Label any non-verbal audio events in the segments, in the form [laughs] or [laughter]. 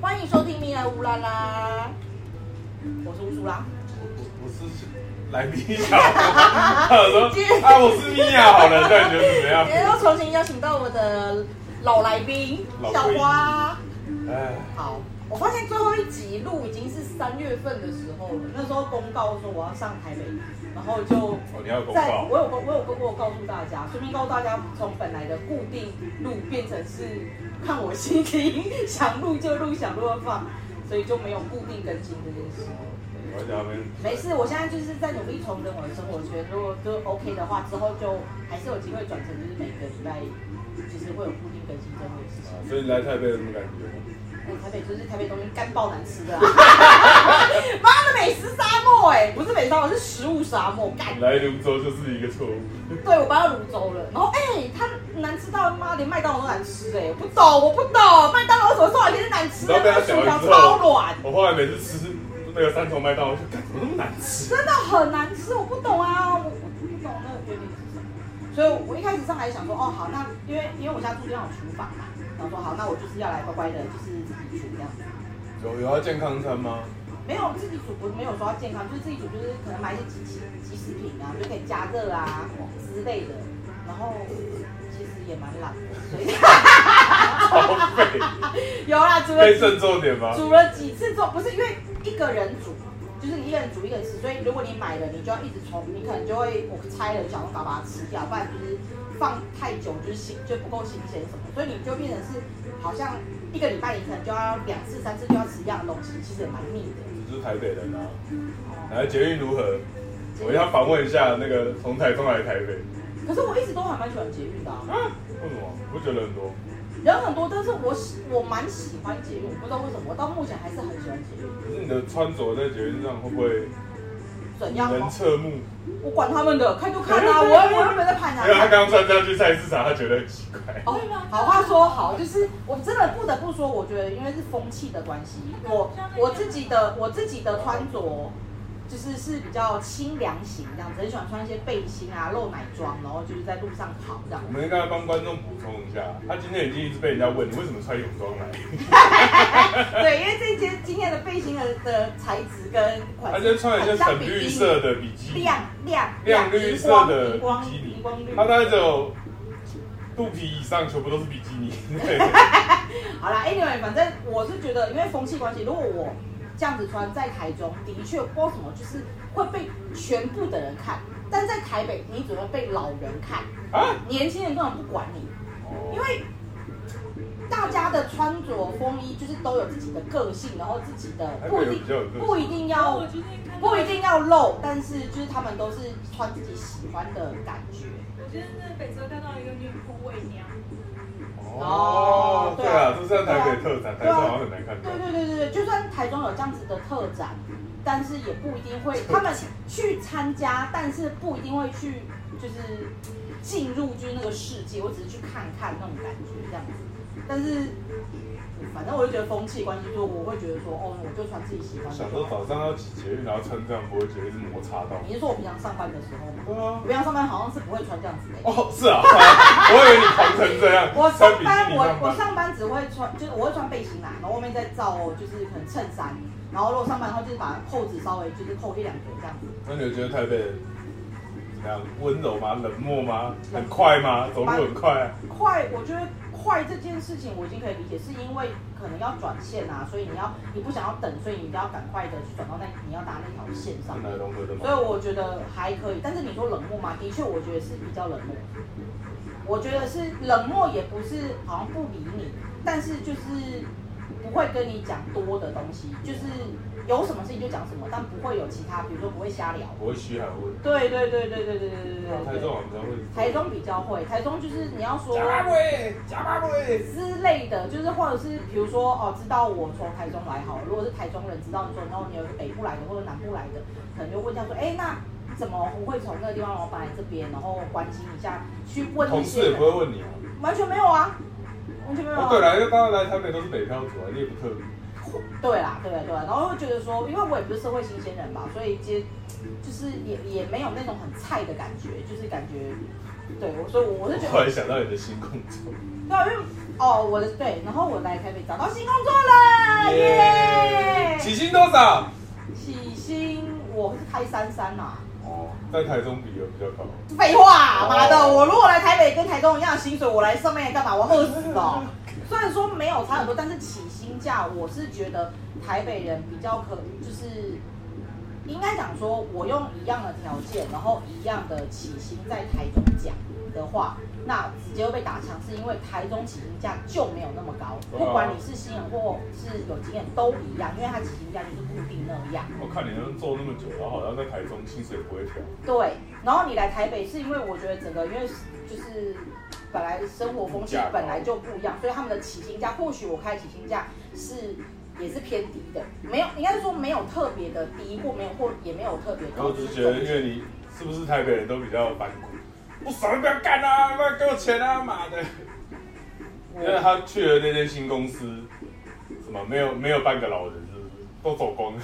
欢迎收听《米尔乌拉拉》，我是乌苏拉。我我我是来咪呀，我说啊，我是咪呀，好了，到底觉得怎么样？然后哎重新邀请到我的老来宾老小贵花。哎，好，我发现最后一集录已经是三月份的时候了，那时候公告说我要上台北，然后就哦，你要有公在告我，有公我有公我有告诉大家，顺便告诉大家，从本来的固定录变成是看我心情，想录就录，想录就放，所以就没有固定更新这件事。我要叫他们没事，我现在就是在努力重整我的生活圈，如果就 OK 的话，之后就还是有机会转成就是每个礼拜就是会有固定更新这回事啊情。，所以你来台北有什么感觉吗？哎台北就是台北东西干爆难吃的、啊，妈的美食沙漠哎、不是美食沙漠是食物沙漠，干来泸州就是一个错误，对，我搬到泸州了，然后哎、它难吃到妈连麦当劳都难吃哎、我不懂，我不懂，麦当劳怎么说也是难吃你知的，道被那他个薯讲条完之超后软，，我后来每次吃那个三重麦当劳，我就干怎么那么难吃？真的很难吃，我不懂啊，我我我不懂那个原理是什么。所以我一开始上来想说，哦好，那因为因为我家住地方有厨房嘛，然后说好，那我就是要来乖乖的，就是自己煮这样子。有有要健康餐吗？没有自己煮不没有说要健康，就是自己煮就是可能买一些即食即食品啊，就可以加热啊之类的。然后其实也蛮懒的，所以。 [laughs] 超费，有啦，煮了可以几慎重点吗？煮了几次之后，不是因为一个人煮，就是你一个人煮一个人吃，所以如果你买了，你就要一直冲，你可能就会我猜了，想办法把它吃掉，不然就是放太久就是新就不够新鲜什么，所以你就变成是好像一个礼拜你可能就要两次三次就要吃一样的东西，其实也蛮腻的。你 [laughs] 就是台北人啊，哦，来捷运如何？我要访问一下那个从台中来台北，可是我一直都还蛮喜欢捷运的、啊，啊，为什么？不觉得很多？人很多，但是我喜我蛮喜欢捷运，我不知道为什么，我到目前还是很喜欢捷运。可是你的穿着在捷运上会不会怎样人吗？侧目？我管他们的，看就看啊，我又我又没有在怕哪没有，他里。刚刚穿上去菜市场，他觉得很奇怪。哦，好话说好，就是我真的不得不说，我觉得因为是风气的关系，我我自己的我自己的穿着就是是比较清凉型这样子，很喜欢穿一些背心啊、露奶装，然后就是在路上跑 [laughs] 这样我。们应该帮观众补充一下，他今天已经一直被人家问你为什么穿泳装来，对，因为这件今天的背心的的材质跟款他式今天穿了一件很像粉比绿基尼色的比基尼，亮亮亮绿荧色光的荧光比基尼荧光绿。他大概只有肚皮以上全部都是比基尼。对好啦，Anyway，反正我是觉得，因为风气关系，如果我这样子穿在台中，的确不知道为什么，就是会被全部的人看。但在台北，你只会被老人看，啊，年轻人根本不管你，因为大家的穿着风衣就是都有自己的个性，然后自己的台北不一人比定较呃有个性不一定然后哦要我今天看到，不一定要露，但是就是他们都是穿自己喜欢的感觉。我今天在北车看到一个女仆伪娘，哦，对啊，这是在台北特展，台对啊中好像很难看到对。对对对对，就算台中有这样子的特展，但是也不一定会，他们去参加，但是不一定会去，就是进入就是那个世界，我只是去看看那种感觉这样子。但是反正我就觉得风气关系，就我会觉得说，哦，我就穿自己喜我欢想说的。早上要起捷运，然后穿这样不会觉得一直摩擦到。你是说我平常上班的时候吗？对啊我，平常上班好像是不会穿这样子的、哦，是啊，我以为你狂成这样，我穿上比基班，尼我上我班。上班只会穿，就是我会穿背心啦，啊然后外面再罩就是可能衬衫，然后如果上班的话就是把扣子稍微就是扣一两格这样子。那你觉得台北人怎么样？温柔吗？冷漠吗？很快吗？走路很快、啊？快，我觉得快这件事情我已经可以理解，是因为可能要转线啊，所以你要你不想要等，所以你一定要赶快的去转到那你要搭那条线上很。难融合的所吗？以我觉得还可以，但是你说冷漠吗？的确，我觉得是比较冷漠。我觉得是冷漠，也不是好像不理你，但是就是不会跟你讲多的东西，就是有什么事情就讲什么，但不会有其他，比如说不会瞎聊。我会嘘寒问。对对对对对对对对对台对中。好像会。台中比较会，台中就是你要说加巴味，加巴味。之类的，就是或者是比如说哦，知道我从台中来好了，如果是台中人知道你说，然后你有一个北部来的或者南部来的，可能就问一下说，哎，那怎么不会从那个地方然后搬来这边，然后关心一下，去问那同些事也人不会问你啊。完全没有啊，完全没有、啊哦，对了，因为刚刚来台北都是北漂族啊，你也不特别。对啦，对啦，对啦，然后会觉得说，因为我也不是社会新鲜人吧，所以接就是也也没有那种很菜的感觉，就是感觉，对我，所以我我是觉得我突然想到你的新工作，对，因为哦，我的对，然后我来台北找到新工作了，耶、起薪多少？起薪我是开三三呐。哦，在台中比有比较高。废话，哦妈的！我如果来台北跟台中一样的薪水，我来上班干嘛？我饿死哦。虽然说没有差很多，但是起薪价我是觉得台北人比较可，就是应该讲说，我用一样的条件，然后一样的起薪在台中讲的话，那直接会被打枪，是因为台中起薪价就没有那么高，哦不管你是新人或是有经验都一样，因为它起薪价就是固定那样。我看你能做那么久，然后好像在台中薪水不会调。对，然后你来台北是因为我觉得整个因为就是本来生活风气价格本来就不一样，所以他们的起薪价或许我开起薪价是也是偏低的，没有应该是说没有特别的低或没有或也没有特别然高，后只是觉得，因为你是不是台北人都比较反骨，不爽就不要干啊，不要给我钱啊，妈的！因为他去了那间新公司，什么没有没有半个老人，是不是都走光了？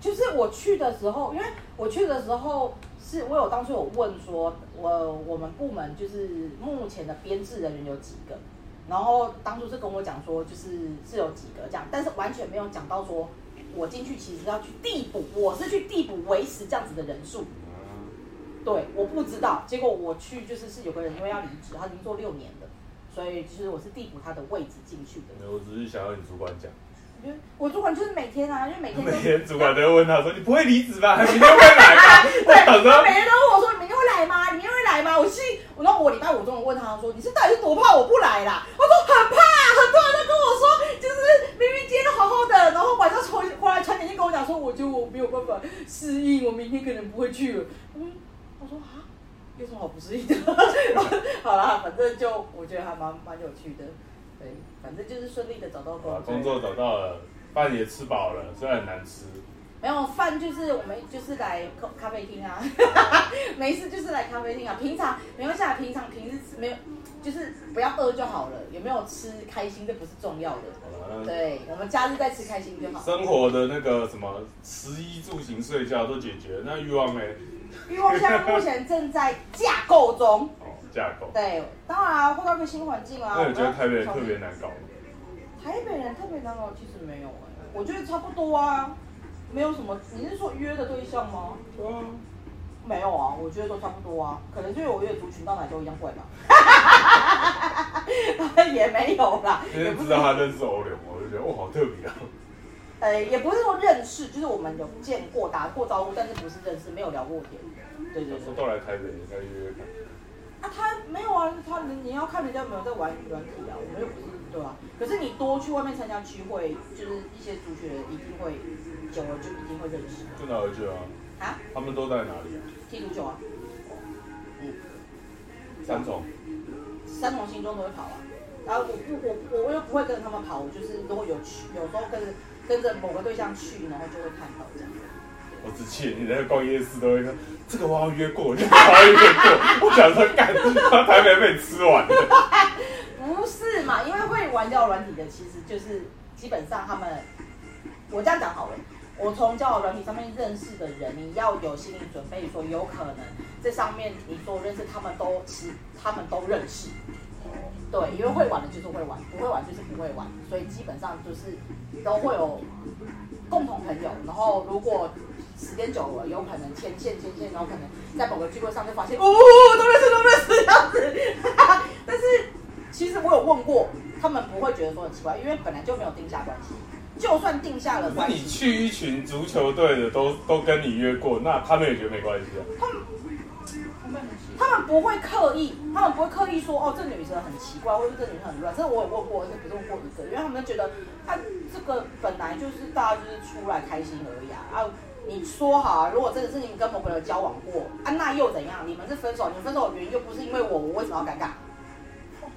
就是我去的时候，因为我去的时候是我有当初有问说，我我们部门就是目前的编制人员有几个，然后当初是跟我讲说就是是有几个这样，但是完全没有讲到说我进去其实要去递补，我是去递补维持这样子的人数，嗯对，我不知道，结果我去就是是有个人因为要离职，他已经做六年了，所以就是我是递补他的位置进去的，我只是想要你主管讲，因为我主管就是每天啊，因为每天都每天主管都会问他说：“你不会离职吧？ [laughs] 明天会来 [laughs] 吧？”我想他说每，天都问我说：“你明天会来吗？你明天会来吗？”我心里，然后我礼拜五中午问他说：“你是到底是多怕我不来啦？”我说：“很怕。”很多人都跟我说，就是明明今天都好好的，然后晚上回回来传简讯跟我讲说：“我觉得我没有办法适应，我明天可能不会去了。”嗯，我说啊，有什么好不适应的？ [laughs] 好啦，反正就我觉得还蛮蛮有趣的，对，反正就是顺利的找到工作。把啊工作找到了，饭也吃饱了，虽然很难吃，没有饭就是我们就是来咖咖啡厅啊， [laughs] 没事就是来咖啡厅啊。平常没关系啊，平常平日没有，就是不要饿就好了。有没有吃开心这不是重要的，好了，那对我们假日再吃开心就好。生活的那个什么食衣住行睡觉都解决，那欲望呢？欲望现在目前正在架构中，哦，架构。对，当然啊，换到一个新环境啊。那你觉得台北人我特们要别难搞？台北人特别难搞，其实没有哎、我觉得差不多啊，没有什么。你是说约的对象吗？对啊，没有啊，我觉得都差不多啊，可能就是我越族群到哪都一样怪吧。也没有啦，因也为不知是道，他认识欧流，我就觉得哇，好特别啊！呃，也不是说认识，就是我们有见过、打过招呼，但是不是认识，没有聊过天。对对想说对。到来台北应该约约看。啊，他没有啊，他你要看人家有没有在玩软体啊，我们又不是对啊。可是你多去外面参加聚会，就是一些族群人一定会久了就一定会认识的就哪回去啊？啊。他们都在哪里啊？踢足球啊，三重。三重心中都会跑啊。然后我不我我又不会跟着他们跑，我就是如果有去，有时候跟着跟着某个对象去，然后就会看到这样。我只记得你在逛夜市都会说，这个我要约过，那个我要约过。我想说，干，他台北被你吃完了。不是嘛？因为会玩交友软体的，其实就是基本上他们，我这样讲好了。我从交友软体上面认识的人，你要有心理准备，说有可能这上面你所认识他们都其实他们都认识，对，因为会玩的就是会玩，不会玩就是不会玩，所以基本上就是都会有共同朋友。然后如果时间久了，有可能牵线牵线，然后可能在某个聚会上就发现，哦，都认识都认识 [laughs] 这样子。但是其实我有问过，他们不会觉得说很奇怪，因为本来就没有定下关系，就算定下了那关你系，去一群足球队的都 [laughs] 都跟你约过，那他们也觉得没关系啊。他们很奇怪，他们不会刻意，他们不会刻意说哦，这女生很奇怪，或者这女生很乱。这我有问过，这不是问过一个，因为他们就觉得啊，这个本来就是大家就是出来开心而已啊啊。你说好啊，如果真的是你们跟某个人交往过啊，那又怎样？你们是分手，你们分手的原因又不是因为我，我为什么要尴尬？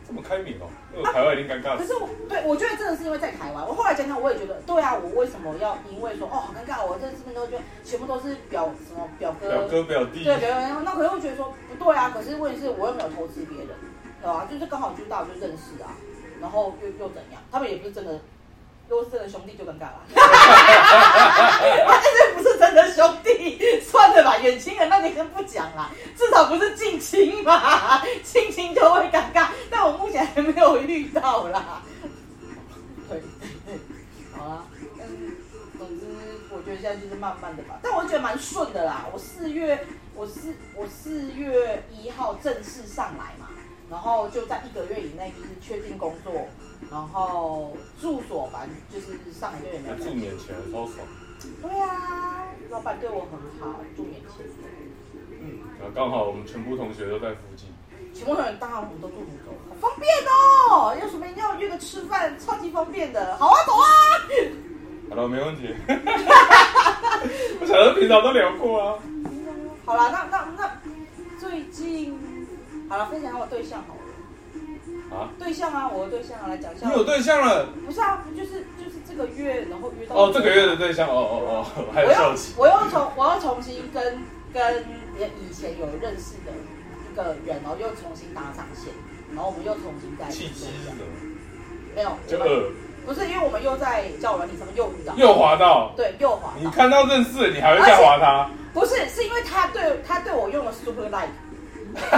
这么开明哦，因为我台湾已经尴尬可死是我对我觉得真的是因为在台湾，我后来想想，我也觉得对啊，我为什么要因为说哦好尴尬，我这这边都就全部都是表什么表哥，表哥表弟对，表哥，那可能会觉得说不对啊，可是问题是我又没有投资别人，对吧、就是刚好就大家就认识啊，然后又又怎样？他们也不是真的，如果是真的兄弟就尴尬了， [laughs] 但是不是真的兄弟，算了吧，远亲人那你先不讲啦，至少不是近亲嘛， [laughs] 近亲就会尴尬，但我目前还没有遇 [laughs] 啊到啦。对，好啦，嗯，总之觉得现在就是慢慢的吧，但我觉得蛮顺的啦。我四月，我四我四月一号正式上来嘛，然后就在一个月以内就是确定工作，然后住所反正就是上个月也没那有住年前的超爽，对啊，老板对我很好，住年前。然后刚好我们全部同学都在附近，请问有人大我们都住很州，好方便哦！要什么一定要约个吃饭，超级方便的。好啊，走啊！好了，没问题。 [laughs] 我想说平常都聊过啊，好啦，那那那最近好了，分享一下我对象好了。啊，对象啊，我的对象啊，来讲一下你。有对象了？不是啊，不就是就是这个月，然后约到哦，这个月的对象，哦哦哦，还我有校要期，我要重我要重新跟跟以前有认识的一个人，然后又重新搭上线，然后我们又重新在一契起机是什么？没有，就我们二不是因为我们又在交友软体上面又遇到，又滑到，对又滑你到，看到认识的你还会再滑 [laughs] 他，不是是因为他对他对我用了 super like，对，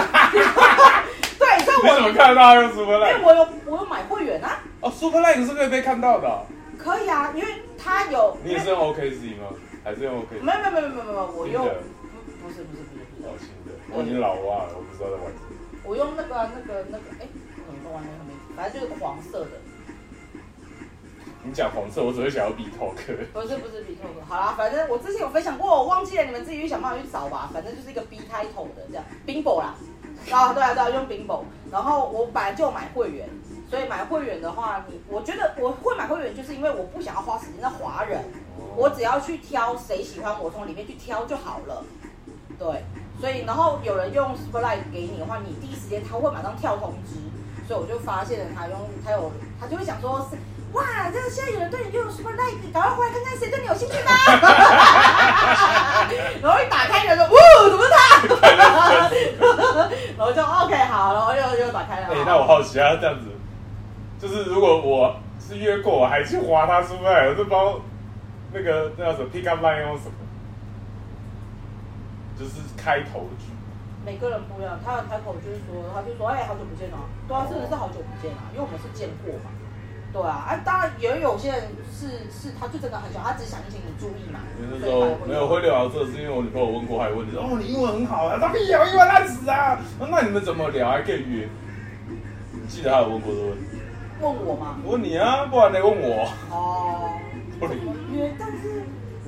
所以你怎我么看到他用因为 Superlight？我有我有买会员啊， [laughs] 哦，Superlight 是可以被看到的哦，可以啊，因为他有你也是用 OKC 吗？还是用 OK？没有没有没有没有没有，我用新的不不是不是不是不是老新的，我已经老蛙了，我不知道在玩什么。我用那个啊那个那个，哎、我怎么玩那个名字？反正就是黄色的，你讲黄色，我只会想要 B Talk。不是不是比特币。好啦，反正我之前有分享过，我忘记了，你们自己去想办法去找吧。反正就是一个 B 开头的这样，Bimbo 啦。啊，对啊对啊，用 Bimbo。然后我本来就有买会员，所以买会员的话，你我觉得我会买会员，就是因为我不想要花时间在华人，我只要去挑谁喜欢我，从里面去挑就好了。对，所以然后有人用 s u p e r l i g h t 给你的话，你第一时间他会马上跳通知，所以我就发现了他用他有他就会想说是哇，这个现在有人对你用 s u p e r l i g h t 赶快回来看看谁对你有兴趣 [laughs] 吧。然后一打开人就呜，怎么是他？ [laughs] 然后就 OK 好，然后又又打开了。哎、那我好奇啊，这样子，就是如果我是约过，我还去划他 Superlight，我就包那个那叫什么 Pick Up Line 用什么，就是开头句。每个人不一样，他的开口就是说，他就说，哎、好久不见哦，对啊，真的是好久不见啊，因为我们是见过嘛，对啊，啊，当然也有些人是是，他就真的很喜欢，他只想引起你注意嘛，因为那所以他时也候没有会会用聊这，是因为我女朋友问过，还问你说哦，你英文很好啊，他屁啊，我英文烂死啊！那你们怎么聊还可以约？你记得他有问过这个问题？问我嘛，我问你啊，不然你问我。哦，怎么约？但是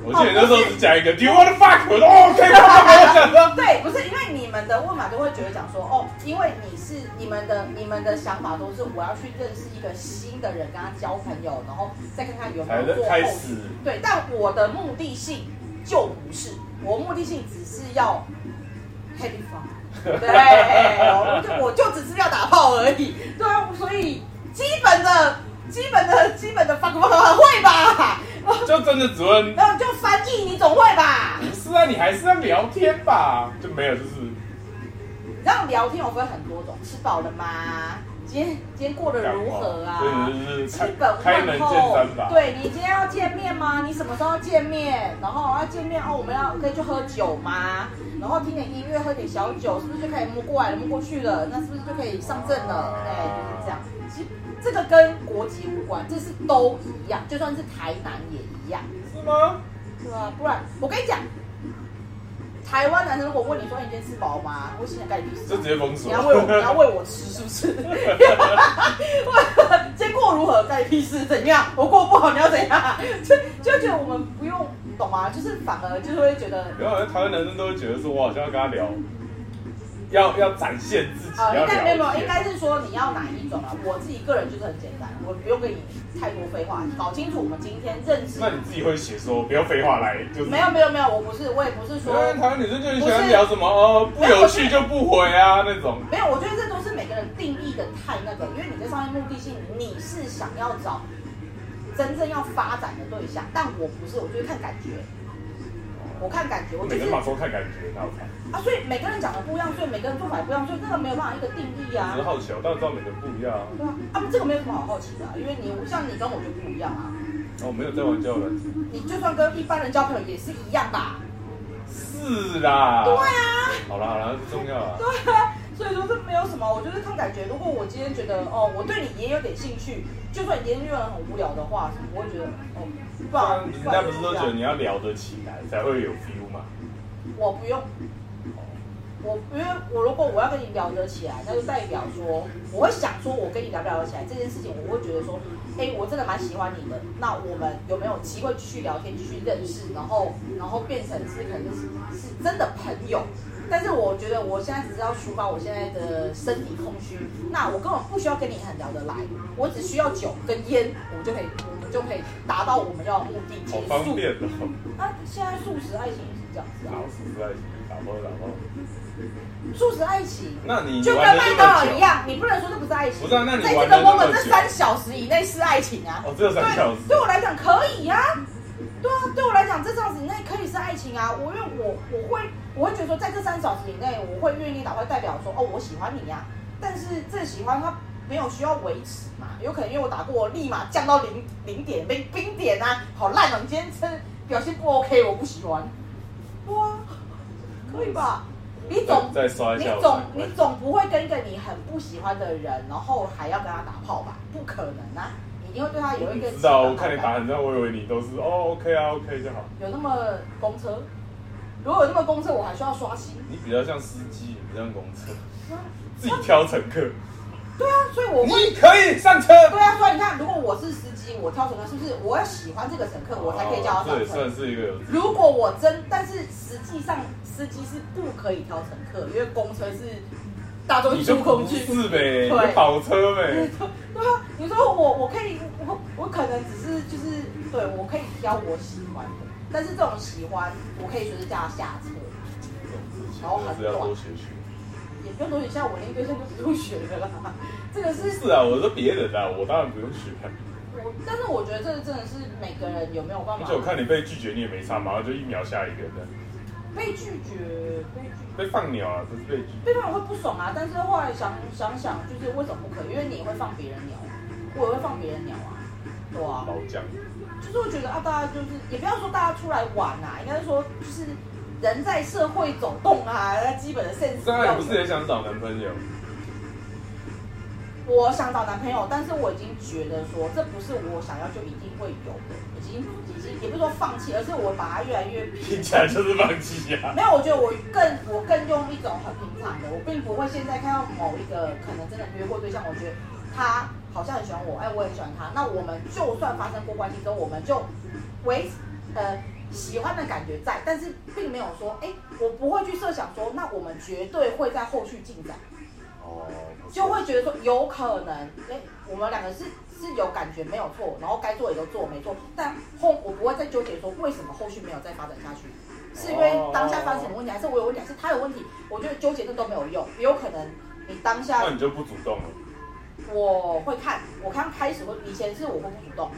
我记得那时候只讲一个 Do you want to fuck？我说哦 OK，我干嘛要讲 [laughs] 的？哦对，不是因为你们的问法都会觉得讲说，哦，因为你是你们的你们的想法都是我要去认识一个新的人，跟他交朋友，然后再看看有没才有做能后开续始。对，但我的目的性就不是，我目的性只是要 happy fun，对，我就我就只是要打炮而已，对啊，所以基本的、基本的、基本的 fuck fuck fuck 会吧， [laughs] 就真的只问，然后就翻译你总会吧。不是啊，你还是要聊天吧？就没有，就是你知道聊天我分很多种，吃饱了吗？今天今天过得如何啊？对对对，基开本开门问见候山吧。，对你今天要见面吗？你什么时候见面？然后要见面哦，我们要可以去喝酒吗？然后听点音乐，喝点小酒，是不是就可以摸过来了、摸过去了？那是不是就可以上阵了？哎，就是这样。其实这个跟国籍无关，这是都一样，就算是台南也一样，是吗？对啊，不然我跟你讲，台湾男生如果问你说你今天吃饱吗？我心想干你屁事就啊直接封你锁。要喂我，你要喂我吃是不是？ [laughs] 结果如何干你屁事？怎样？我过不好，你要怎样？就就觉得我们不用懂啊，就是反而就是会觉得然后台湾男生都会觉得说，我好像要跟他聊，要要展现自己，啊、要应该没有没聊有，应天。该是说你要哪一种啊？我自己个人就是很简单，我不用跟你太多废话，搞清楚我们今天认识那。你自己会写说不要废话来，就是没有没有没有，我不是我也不是因说为台湾女生就很喜欢聊什么哦，不有趣就不回啊那种。没有，我觉得这都是每个人定义的太那个，因为你在上面目的性，你是想要找真正要发展的对象，但我不是，我就是看感觉，我看感觉，我就每个是人嘛说看感觉，那我看。啊，所以每个人讲的不一样，所以每个人做法也不一样，所以这个没有办法一个定义只啊是。好奇，我当然知道每个人不一样啊。对啊，啊这个没有什么好好奇的啊、因为你像你跟我就不一样啊，然后我没有在玩交友软件。你就算跟一般人交朋友也是一样吧？是啦。对啊，好啦好啦，不重要啊。对啊，所以说这没有什么，我就是看感觉。如果我今天觉得哦，我对你也有点兴趣，就算你今天遇到很无聊的话，我会觉得哦，不然人家不是都觉得你要聊得起来才会有 feel 吗？我不用，我因为我如果我要跟你聊得起来，那就代表说我会想说，我跟你聊不聊得起来这件事情，我会觉得说，哎、我真的蛮喜欢你的，那我们有没有机会继续聊天、继续认识，然后然后变成是可能是是真的朋友？但是我觉得我现在只是要抒发我现在的身体空虚，那我根本不需要跟你很聊得来，我只需要酒跟烟，我就可以我们就可以达到我们要的目的，结好束。方便哦，啊，现在素食爱情也是这样子啊好，，实在是打包打包。素食爱情。那你就跟玩了麦这当劳一么久样，你不能说这不是爱情。不是啊那你在这玩了个那么 moment 这久三小时以内是爱情啊。哦，只有三小时。对，对我来讲可以啊。对啊，对我来讲这三小时以内可以是爱情啊。我因为我我会我会觉得说，在这三小时以内，我会愿意打，会代表说哦，我喜欢你呀、但是这喜欢它没有需要维持嘛，有可能因为我打过，立马降到零零点冰冰点啊，好烂哦！你今天真表现不 OK，我不喜欢。哇，可以吧？你总再刷一你下我总三你观。总不会跟一个你很不喜欢的人，然后还要跟他打炮吧？不可能啊！你一定会对他有一个知道，基我本好看感你打很像，我以为你都是哦，OK 啊，OK 就好。有那么公车，如果有那么公车，我还需要刷新。你比较像司机，你不像公车，啊自己挑乘客。对啊，所以我会。你可以上车。对啊，所以你看，如果我是司机，我挑乘客是不是我要喜欢这个乘客，我才可以叫他哦这也上车？算是一个有如果我真，但是实际上司机是不可以挑乘客，因为公车是大众运你就输工不具。是对呗，你就跑车呗。对啊，你说我我可以，我我可能只是就是对我可以挑我喜欢的，但是这种喜欢我可以随时叫他下车，这种事情 [laughs] 然后很就是要多学学。也不用多学。像我那个对象就不用学的啦，这个是是啊，我说别人啊，我当然不用学。我，但是我觉得这个真的是每个人有没有办而法且我看你被拒绝，你也没差，马上就一秒下一个的，被拒绝，被拒绝。被放鸟啊，不是被拒绝。对方会不爽啊，但是后来想想想，就是为什么不可以？因为你也会放别人鸟，我也会放别人鸟啊，对啊。老将，就是我觉得啊，大家就是也不要说大家出来玩啊，应该说就是人在社会走动啊，那基本的 sense 不是啊，要你有不是也想找男朋友？我想找男朋友，但是我已经觉得说这不是我想要就一定会有的，已经已经也不是说放弃，而是我把它越来越听起来就是放弃啊。没有，我觉得我更我更用一种很平常的，我并不会现在看到某一个可能真的约过对象，我觉得他好像很喜欢我，哎，我也很喜欢他，那我们就算发生过关系之后，我们就维呃喜欢的感觉在，但是并没有说，哎，我不会去设想说，那我们绝对会在后续进展，哦，不是就会觉得说有可能，哎，我们两个是是有感觉没有错，然后该做也都做没做，但后我不会再纠结说为什么后续没有再发展下去，是因为当下发生什么问题，还是我有问题，还是他有问题？我觉得纠结这都没有用，也有可能你当下那你就不主动了。我会看，我刚开始会，以前是我会不主动，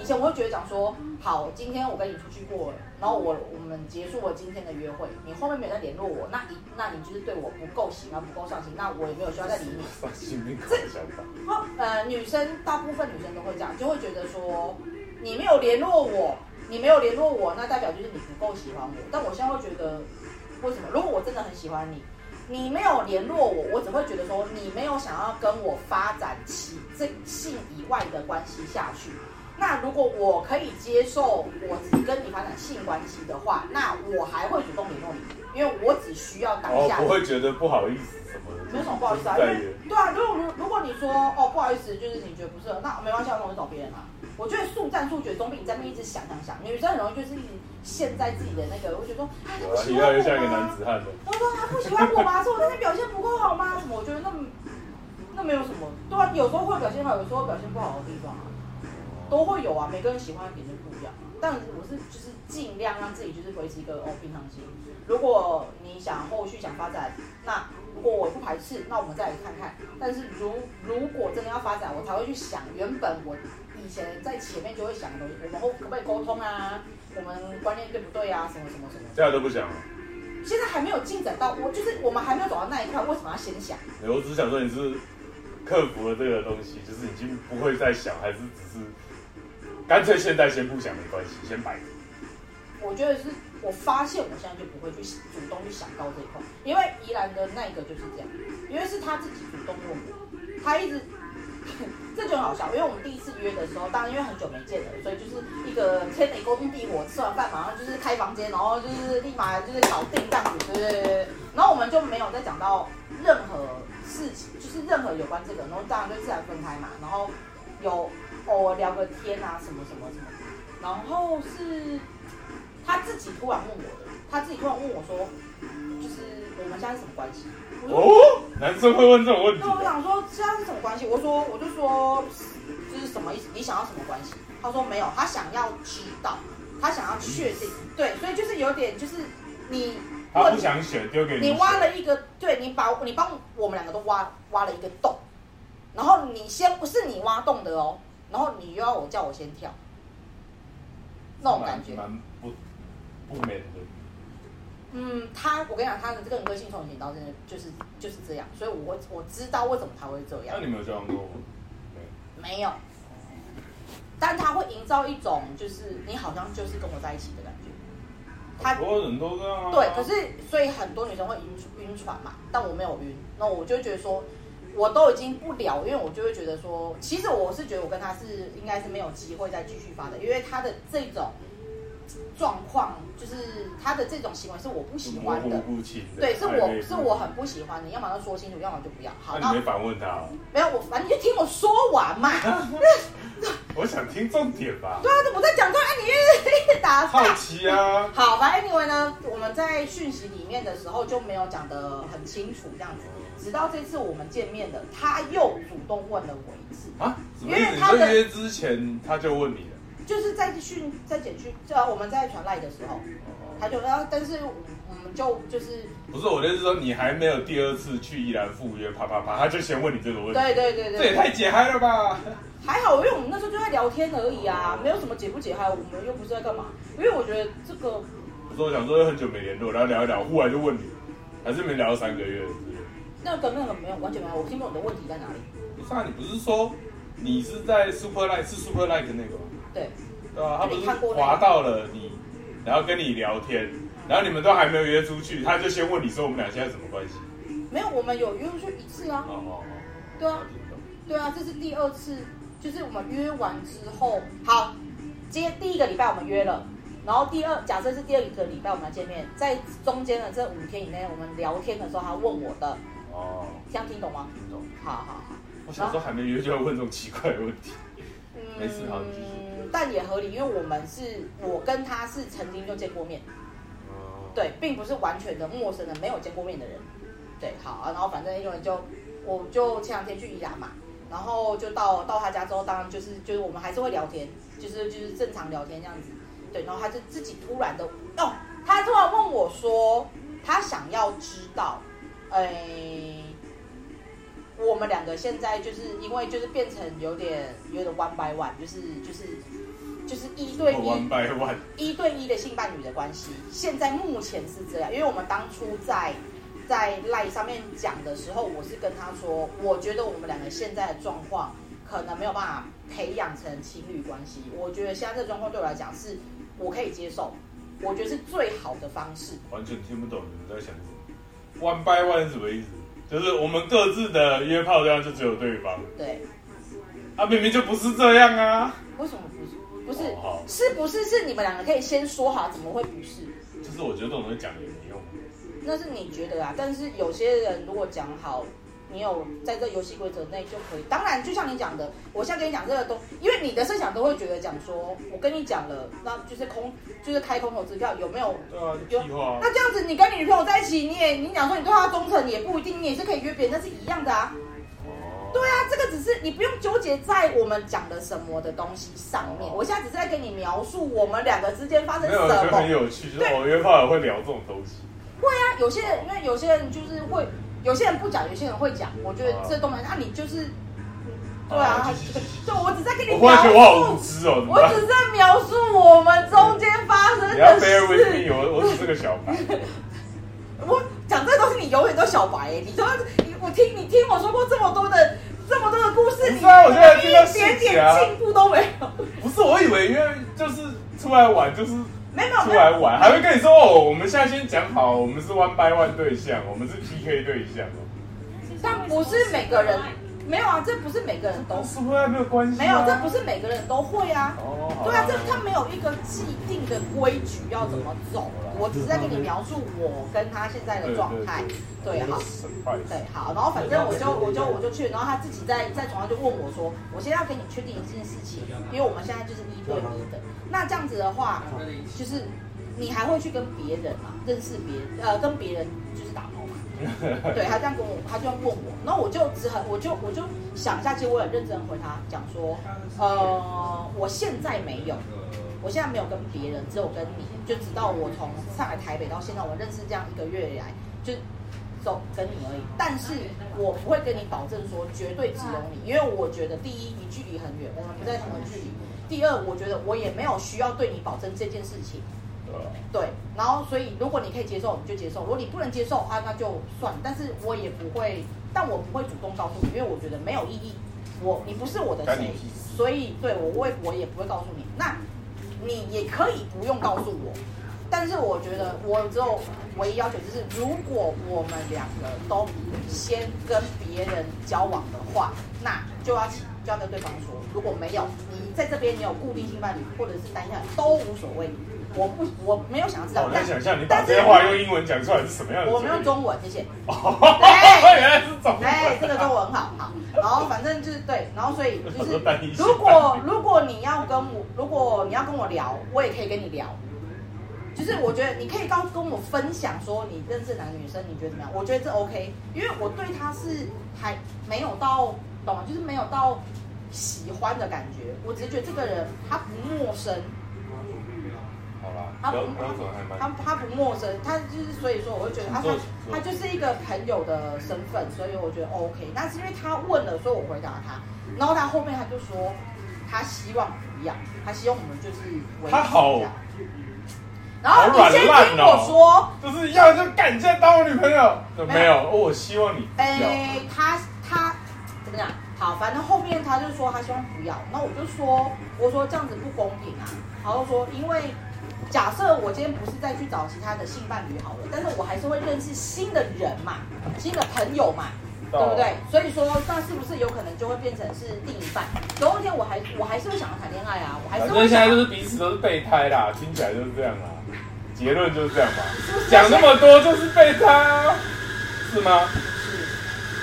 以前我会觉得讲说，好，今天我跟你出去过了，然后我我们结束了今天的约会，你后面没有再联络我，那你那你就是对我不够喜欢，不够上心，那我也没有需要再理你。放心，病狂的想法。哦，呃，女生大部分女生都会这样，就会觉得说你没有联络我，你没有联络我，那代表就是你不够喜欢我。但我现在会觉得，为什么？如果我真的很喜欢你，你没有联络我，我只会觉得说你没有想要跟我发展起这性以外的关系下去。那如果我可以接受我只跟你发展性关系的话，那我还会主动联络你，因为我只需要当哦下，不会觉得不好意思什么的。没有什么不好意思啊，因在为对啊，如果如如果你说哦不好意思，就是你觉得不适合，那没关系，那我就找别人啊。我觉得速战速决总比你在那边一直想想想，女生很容易就是一直陷在自己的那个，我觉得说啊他有不啊，喜你越来欢越像一我个男吗？子汉了。他说他不喜欢我吗？是我在那表现不够好吗？什么？我觉得那那没有什么，对啊，有时候会表现好，有时候表现不好的地方啊，都会有啊，每个人喜欢的点就不一样。但我是就是尽量让自己就是维持一个哦平常心。如果你想后续想发展，那如果我不排斥，那我们再来看看。但是如如果真的要发展，我才会去想原本我以前在前面就会想的东西，我们后可不可以沟通啊？我们观念对不对啊？什么什么什么。现在都不想了。现在还没有进展到我，就是我们还没有走到那一块，为什么要先想？对我只是想说你是克服了这个东西，就是已经不会再想，还是只是干脆现在先不想没关系，先摆着。我觉得是我发现我现在就不会去主动去想到这一块，因为宜兰的那一个就是这样，因为是他自己主动问我，他一直 [laughs] 这就很好笑，因为我们第一次约的时候，当然因为很久没见了，所以就是一个天雷勾地地火，吃完饭马上就是开房间，然后就是立马就是搞定这样子，对对对对。然后我们就没有再讲到任何事情，就是任何有关这个，然后当然就自然分开嘛。然后有偶尔聊个天啊，什么什么什么。然后是他自己突然问我的，他自己突然问我说，就是我们现在是什么关系？我说哦，男生会问这种问题那我的，想说现在是什么关系？我说我就说就是什么意思？你想要什么关系？他说没有，他想要知道，他想要确定。对，所以就是有点就是你嗯他不问想选，丢给你你选。挖了一个，对你把你帮我们两个都挖挖了一个洞，然后你先不是你挖洞的哦，然后你又要我叫我先跳，那种感觉。蛮蛮不不美的。嗯，他我跟你讲，他的这个人个性从以前到现在就是就是这样，所以我我知道为什么他会这样那。你们有交往过吗？没有。没有，但他会营造一种就是你好像就是跟我在一起的感觉。他很多人都这样啊。对，可是所以很多女生会晕晕船嘛，但我没有晕，那我就会觉得说，我都已经不聊，因为我就会觉得说，其实我是觉得我跟他是应该是没有机会再继续发展，因为他的这种状况，就是他的这种行为是我不喜模欢糊的，不清的。对，是暧昧我不是我。很不喜欢的，要么就说清楚，要么就不要。好，那那你没反问 [laughs] 他哦？没有我，反正你就听我说完嘛。我想听重点吧对。啊，这我在讲，对啊，你一直打岔好。奇啊。 [laughs] 好吧，Anyway 呢，我们在讯息里面的时候就没有讲得很清楚，这样子，直到这次我们见面了，他又主动问了我一次，啊？什因么意为思？你他的在约之前他就问你了。就是在讯在简讯，呃，我们在传赖的时候，他就，然后但是我们就就是，不是，我的意思是说你还没有第二次去宜兰赴约，啪啪啪，他就先问你这个问题，对对对这对，也太解嗨了吧！ [laughs] 还好，因为我们那时候就在聊天而已啊，没有什么解不解嗨，我们又不是在干嘛，因为我觉得这个不是，我想说又很久没联络，然后聊一聊，忽然就问你，还是没聊到三个月之类的。那跟那个没有完全没有，我听不懂你的问题在哪里，不是啊，你不是说你是在 Super Like 是 Super Like 那个吗？对。对啊，他不你是看过那个滑到了你，然后跟你聊天，然后你们都还没有约出去，他就先问你说我们俩现在什么关系？没有，我们有约去一次啊哦，哦哦，对啊我，听懂对啊，这是第二次，就是我们约完之后，好，今天第一个礼拜我们约了，然后第二，假设是第二个礼拜我们来见面，在中间的这五天以内，我们聊天的时候，他问我的，哦，这样听懂吗？听懂。好好好，我小时候还没约就要问这种奇怪的问题，嗯没事好你继续但也合理，因为我们是我跟他是曾经就见过面，哦，对，并不是完全的陌生的，没有见过面的人。对，好啊，然后反正因为就我就前两天去宜兰嘛，然后就到到他家之后，当然就是就是我们还是会聊天，就是就是正常聊天这样子。对，然后他就自己突然的哦，他突然问我说，他想要知道，哎、我们两个现在就是因为就是变成有点有点 one by one，就是就是就是一对一 one by one，一对一的性伴侣的关系，现在目前是这样，因为我们当初在在赖上面讲的时候，我是跟他说，我觉得我们两个现在的状况可能没有办法培养成情侣关系，我觉得现在这个状况对我来讲是我可以接受，我觉得是最好的方式。完全听不懂你们在想什么。one by one 是什么意思？就是我们各自的约炮对象就只有对方，对，啊，明明就不是这样啊。为什么不是？不是哦好，是不是是你们两个可以先说好，怎么会不是？就是我觉得这种东西讲也没用，那是你觉得啊，但是有些人如果讲好，你有在这游戏规则内就可以。当然，就像你讲的，我现在跟你讲这个东，因为你的设想都会觉得讲说，我跟你讲了，那就是空，就是开空头支票，有没有？对啊，就屁话啊。那这样子，你跟你女朋友在一起，你也你讲说你对她忠诚，也不一定，你也是可以约别人，那是一样的啊。哦对啊，这个只是你不用纠结在我们讲的什么的东西上面。我现在只是在跟你描述我们两个之间发生没什有，我觉么得很有趣，就是我约炮也会聊这种东西。会啊，有些人因为有些人就是会，有些人不讲，有些人会讲。我觉得这东西，那、你就是，对啊，啊这个对我只在跟你 [laughs] 我忽然觉得我好无描述，知哦，怎么我办只？是在描述我们中间发生你要的 bear with 事。 me，我我只是个小 [laughs] 白。我讲这个东西，你永远都小白、欸，你都你我听你听我说过这么多的这么多的故事，不你是啊我现在一听到细点节啊点进步都没有。不是，我以为因为就是出来玩就是没有没有出没有来玩，还会跟你说哦，我们现在先讲好，我们是 one by one 对象，我们是 PK 对象哦。但不是每个人没有啊，这不是每个人都都是会啊，没有关系、啊。没有，这不是每个人都会啊。哦，好对啊，这他没有一个既定的规矩要怎么走，我只是在跟你描述我跟他现在的状态。对，啊好，对 surprise，，好，然后反正我就我就我就去，然后他自己在在床上就问我说，我现在要跟你确定一件事情，因为我们现在就是一对一的，那这样子的话，就是你还会去跟别人嘛，认识别人，呃，跟别人就是打炮嘛。对他这样跟我，他就问我，然后我就只很，我就我就想一下，其实我很认真地回他讲说，呃，我现在没有，我现在没有跟别人，只有跟你，就直到我从上海台北到现在，我认识这样一个月以来，就走跟你而已。但是我不会跟你保证说绝对只有嗯你，因为我觉得第一，你距离很远，我们不在同一个距离；第二，我觉得我也没有需要对你保证这件事情。对啊对，然后所以如果你可以接受，你就接受；如果你不能接受啊，那就算。但是我也不会，但我不会主动告诉你，因为我觉得没有意义。我你不是我的干你谁屁，事所以对我我也我也不会告诉你。那你也可以不用告诉我，但是我觉得我只有唯一要求就是，如果我们两个都先跟别人交往的话，那就要起就要跟对方说，如果没有你在这边你有固定性伴侣或者是单向都无所谓，我不我没有想要知道哦我，在但想象你把但这是些话用英文讲出来是什么样的结我果。没有中文，谢谢。哦，对原来是中文。哎，这个中文好好。然后反正就是对，然后所以就我都担心是，如果如果你要跟我，如果你要跟我聊，我也可以跟你聊。就是我觉得你可以告跟我分享说你认识哪个女生，你觉得怎么样？我觉得这 OK，因为我对她是还没有到懂吗？就是没有到喜欢的感觉，我只是觉得这个人他不陌生，好啦，他不标标准还蛮他他不陌生，他就是所以说，我就觉得啊，请他坐请坐他就是一个朋友的身份，所以我觉得 OK。但是因为他问了，所以我回答他，然后他后面他就说他希望不要，他希望我们就是维持他好这样然后好你软先烂听哦我说，就是要就敢这样当我女朋友？没没有有，哦我希望你不要。哎，他他怎么讲？好，反正后面他就说他希望不要，那我就说我说这样子不公平啊，然后说因为假设我今天不是再去找其他的性伴侣好了，但是我还是会认识新的人嘛，新的朋友嘛，对不对？所以说那是不是有可能就会变成是另一半？总有一天我还我还是会想要谈恋爱啊，我还反是正会现在想就是彼此都是备胎啦，听起来就是这样啦，结论就是这样吧。讲那么多就是备胎啊，是 [laughs] 吗？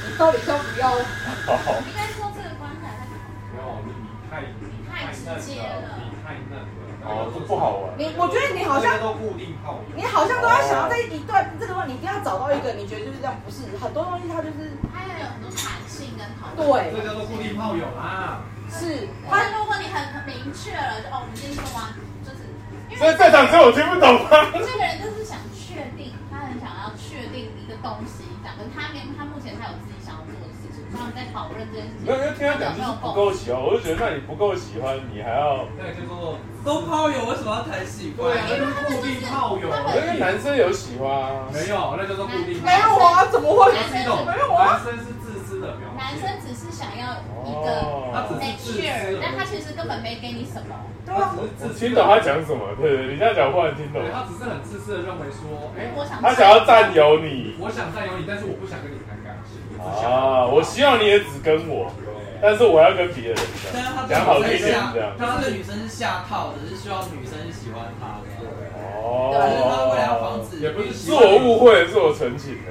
你到底要不要？好，应该说这个观察它你太直接了你太嫩了，哦，这不好玩。你我觉得你好像大家都固定泡友，你好像都要想要在一段这个话，你一定要找到一个你觉得就是这样，不是很多东西它就是它要有很多弹性跟讨论。对。这叫做固定泡友啦。是但他如果你很明确了，就哦，我们今天说完，就是因所以为在场只有我听不懂吗？ [laughs] 这个人就是想确定，他很想要确定一个东西，讲的他明他目前他有自己想要做的事情，他们在讨论这件事情。没有，因为听他讲就是不够喜欢，我就觉得那你不够喜欢，你还要。那叫做都泡友为什么要谈喜欢？对啊，那就是固定泡友他我觉得而男生有喜欢啊，已，没有，那叫做固定没泡有友。啊？怎么会？这种没有啊男生是自私的表男现，生只是想要一个他只哦，是 make 自私 sure，但他而已。其实根本没给你什么。对啊，我只是自私听懂他，讲什么，对对，对你这样讲我忽然听懂对，他只是很自私的认为说，哎，我想他想要占有你我想占有你，但是我不想跟你谈感情，我只想啊，我希望你也只跟我，对但是我要跟别人这但样是他讲好听一点这样。他这个女生是下套的，是希望女生喜欢他的。就是他为了要防哦，止，也不是是我误会，是我纯情的。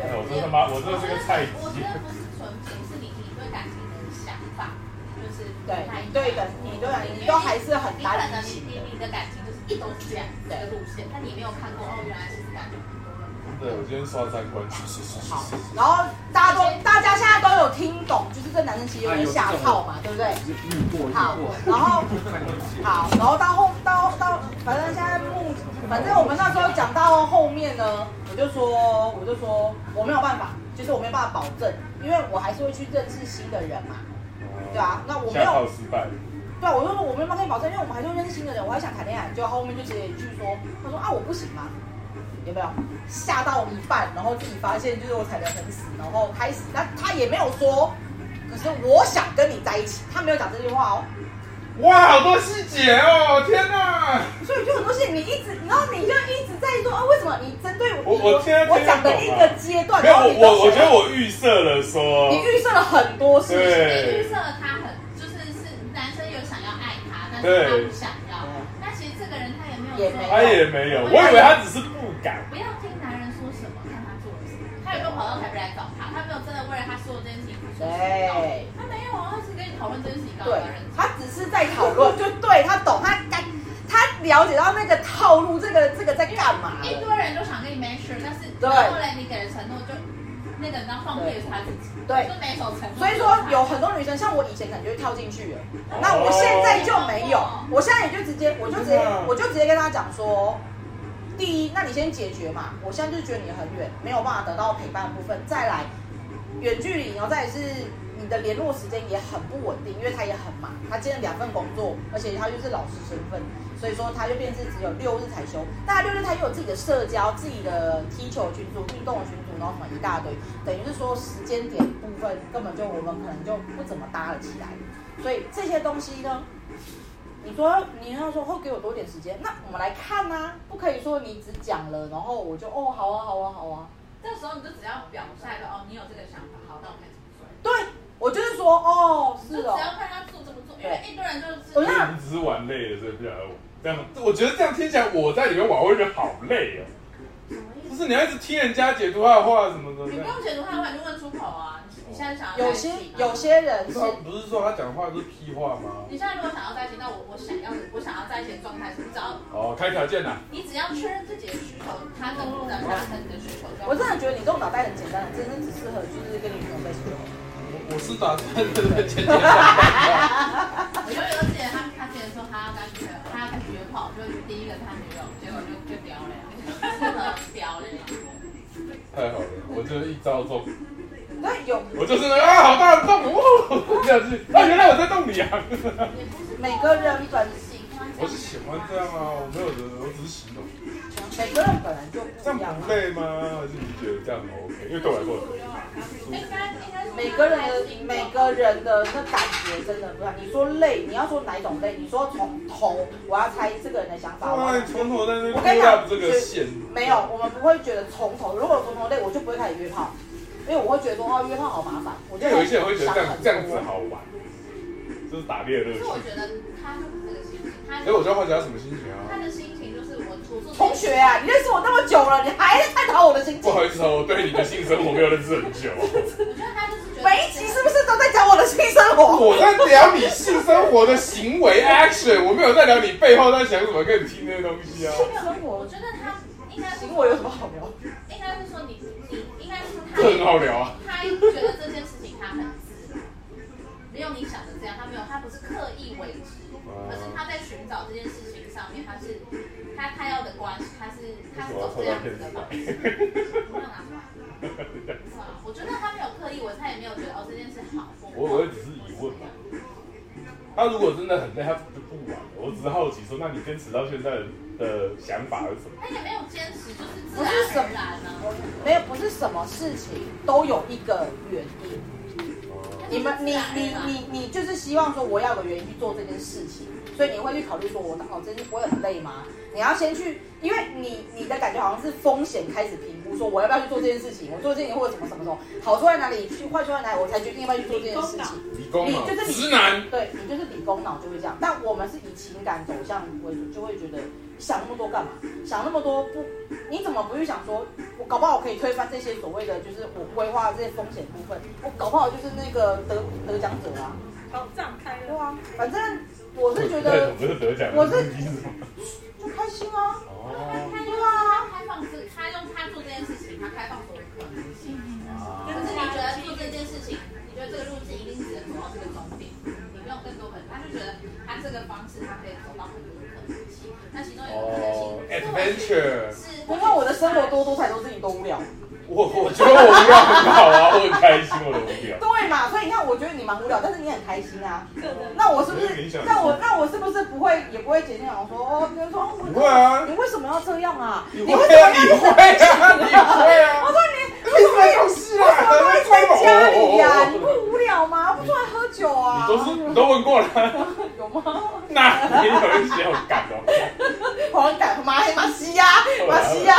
哎嗯我真他妈，我真的是个菜我鸡觉。得不是纯情，是你你对感情的想法，就是不对太一样你对的，你对的，你都还是很你可打能理你型你的。你的感情就是一直都是这样子的路线，但你没有看过哦，原来其实感情很多人对，我今天刷三观。好，然后大家都大家现在都有听懂，就是这男生其实有点下套嘛，对不对？好，然后好，然后到后到到，反正现在目，反正我们那时候讲到后面呢，我就说我就说我没有办法，就是我没有办法保证，因为我还是会去认识新的人嘛，对啊，那我没下有套失败。对，啊我就说我没有办法跟你保证，因为我们还是会认识新的人，我还想谈恋爱。结果后面就直接一句说，他说啊我不行吗？有没有吓到一半，然后自己发现就是我踩得很死，然后开始，那他也没有说，可是我想跟你在一起，他没有讲这句话哦。哇，好多细节哦！天哪，所以就很多事情你啊我现在听得懂啊我讲的一个阶段，没有然后你都我，我选觉得我预设了说你，预设了很多事情，对预设他很就是是男生有想要爱他，但对是他不想要。但其实这个人他也没有嗯也做没他也没有，我以为他只是不敢。不要听男人说什么，看他做了什么。他有没有跑到台北来找他？他没有真的为了他说的这件事情付出行动。对他没有啊，他只跟你讨论这件事情，告诉对他认，他只是在讨论，就对他懂，他该他了解到那个套路，这个这个在干嘛一了，堆人都想跟你 measure，但是对后来你给的承诺就那个，你知道放屁的是他自己，对就每首承诺。所以说有很多女生像我以前可能就跳进去了，那我现在就没有，我现在也就直接我就直接我就直接跟他讲说。第一，那你先解决嘛。我现在就觉得你很远，没有办法得到陪伴的部分。再来，远距离，然后再来是你的联络时间也很不稳定，因为他也很忙，他兼了两份工作，而且他又是老师身份，所以说他就变成是只有六日才休。那他六日他又有自己的社交、自己的踢球群组、运动的群组，然后什么一大堆，等于是说时间点部分根本就我们可能就不怎么搭了起来。所以这些东西呢，你说你要说会给我多点时间，那我们来看啊，不可以说你只讲了，然后我就哦好啊好啊好啊，这时候你就只要表率了哦，你有这个想法，好，那我该怎么做？对我就是说哦就是只哦，要看他做怎么做，因为一堆人就是我因觉为得你只是玩累了，所以不想要玩。这样，我觉得这样听起来我在里面玩，我会觉得好累哦。什么意就思？是你要一直听人家解读他的话什么的。你不用解读他的话，你就问出口啊。你你现在想要在有一起些吗有些人不是是，他不是说他讲话都是屁话吗？你现在如果想要在一起，那我我想要的我想要在一起的状态是，你只要哦，开条件呐。你只要确认自己的需求，他能不能达成你的需求就好。我真的觉得你这种脑袋很简单，真的只适合就是跟女朋友在一起就好。我我是打算这个简简单单。 [laughs] 我就有姐他他之前说他要跟女朋友，他要跟约炮，就是第一个他女友，结果就就屌了，真的屌了。太好了，我就是一招中，那有我就是啊，好大的洞，哦，这样去。啊，原来我在洞里啊。也不是每个人本喜欢，我是喜欢这样啊，我没有人，我只是形容。每个人本来就这不样一样不嘛，累吗？还是你觉得这样 OK？因为对我来说很累。应该应该是每个人的每个人的那感觉真的不一样。你说累，你要说哪一种累？你说从头我要猜这个人的想法，我哇，要你啊从头在那我跟你边讲 up 这个线。没有，我们不会觉得从头。如果从头累，我就不会开始约炮，因为我会觉得说哦约炮好麻烦。我因就为有一些人会觉得这样想很多这样子好玩，就是打猎的乐可趣哎是。我觉得他就是这个心情，他所以我就要换成什么心情他啊？的心情就是我我做同学啊，你认识我那么久了，你还在探讨我的心不情？好意思哦，我对你的性生活没有认识很久。我觉得他就是觉得每一集是不是都在讲我的性生活？ [laughs] 我在聊你性生活的行为 action，我没有在聊你背后在想什么跟你听那些东西啊。生我觉得他应该是行我有什么好聊？应该是说你你应该是说他这 [laughs] 很好聊 [laughs] 啊。他觉得这件事情他很自然，没有你想的这样，他没有，他不是刻意为之，而是他在寻找这件事情上面，他是他他要的关系，他是他是我要走这抽样到片子的子方式。不要拿出来是吧我觉得他没有刻意，我他也没有觉得哦这件事好或不好。我我也只是疑问嘛他如果真的很累，他就不玩了。我只是好奇说，那你坚持到现在的想法是什么？他也没有坚持，就是自不然是什而然呢、么，没有，不是什么事情都有一个原因。你们，你你你你就是希望说我要有原因去做这件事情，所以你会去考虑说我哦，这我很累吗？你要先去，因为你你的感觉好像是风险开始评估，说我要不要去做这件事情，我做这件事情会有什么什么什么，好处在哪里，去坏处在哪里，我才决定要不要去做这件事情。理工嘛你就，是直男。对你就是理工脑就会这样，但我们是以情感走向为主，就会觉得想那么多干嘛？想那么多不？你怎么不去想说，我搞不好我可以推翻这些所谓的就是我规划的这些风险部分，我搞不好就是那个得得奖者啊，宝藏开对了，啊，反正我是觉对得 [laughs] 我不是得奖，我是你什么？就开心啊，哦，他用他开放是，他用他做这件事情，他开放所有可能性。嗯可是你觉得做这件事情，你觉得这个路径一定只能走到这个终点，你没有更多可能。他就觉得他这个方式，他可以走到很多可能性。那其中有一个可能性哦，adventure 是，不过我的生活多多彩多姿，你都无聊，我我觉得我无聊很好啊，我很开心我的无聊。对嘛？所以你看，我觉得你蛮无聊，但是你很开心啊。可能那我是不我也没是想？那我那我是不是不会也不会解定想说哦，比如说哦我不会啊你为什么要这样啊？你为什会么啊，要你会啊，你会啊我！说你你什么东西啊为什么都会在家里呀、你你不无聊吗？不出来喝酒啊？都是你都问过了，有吗？那你有一些好感哦。啊黄疸，马马西亚，马西亚，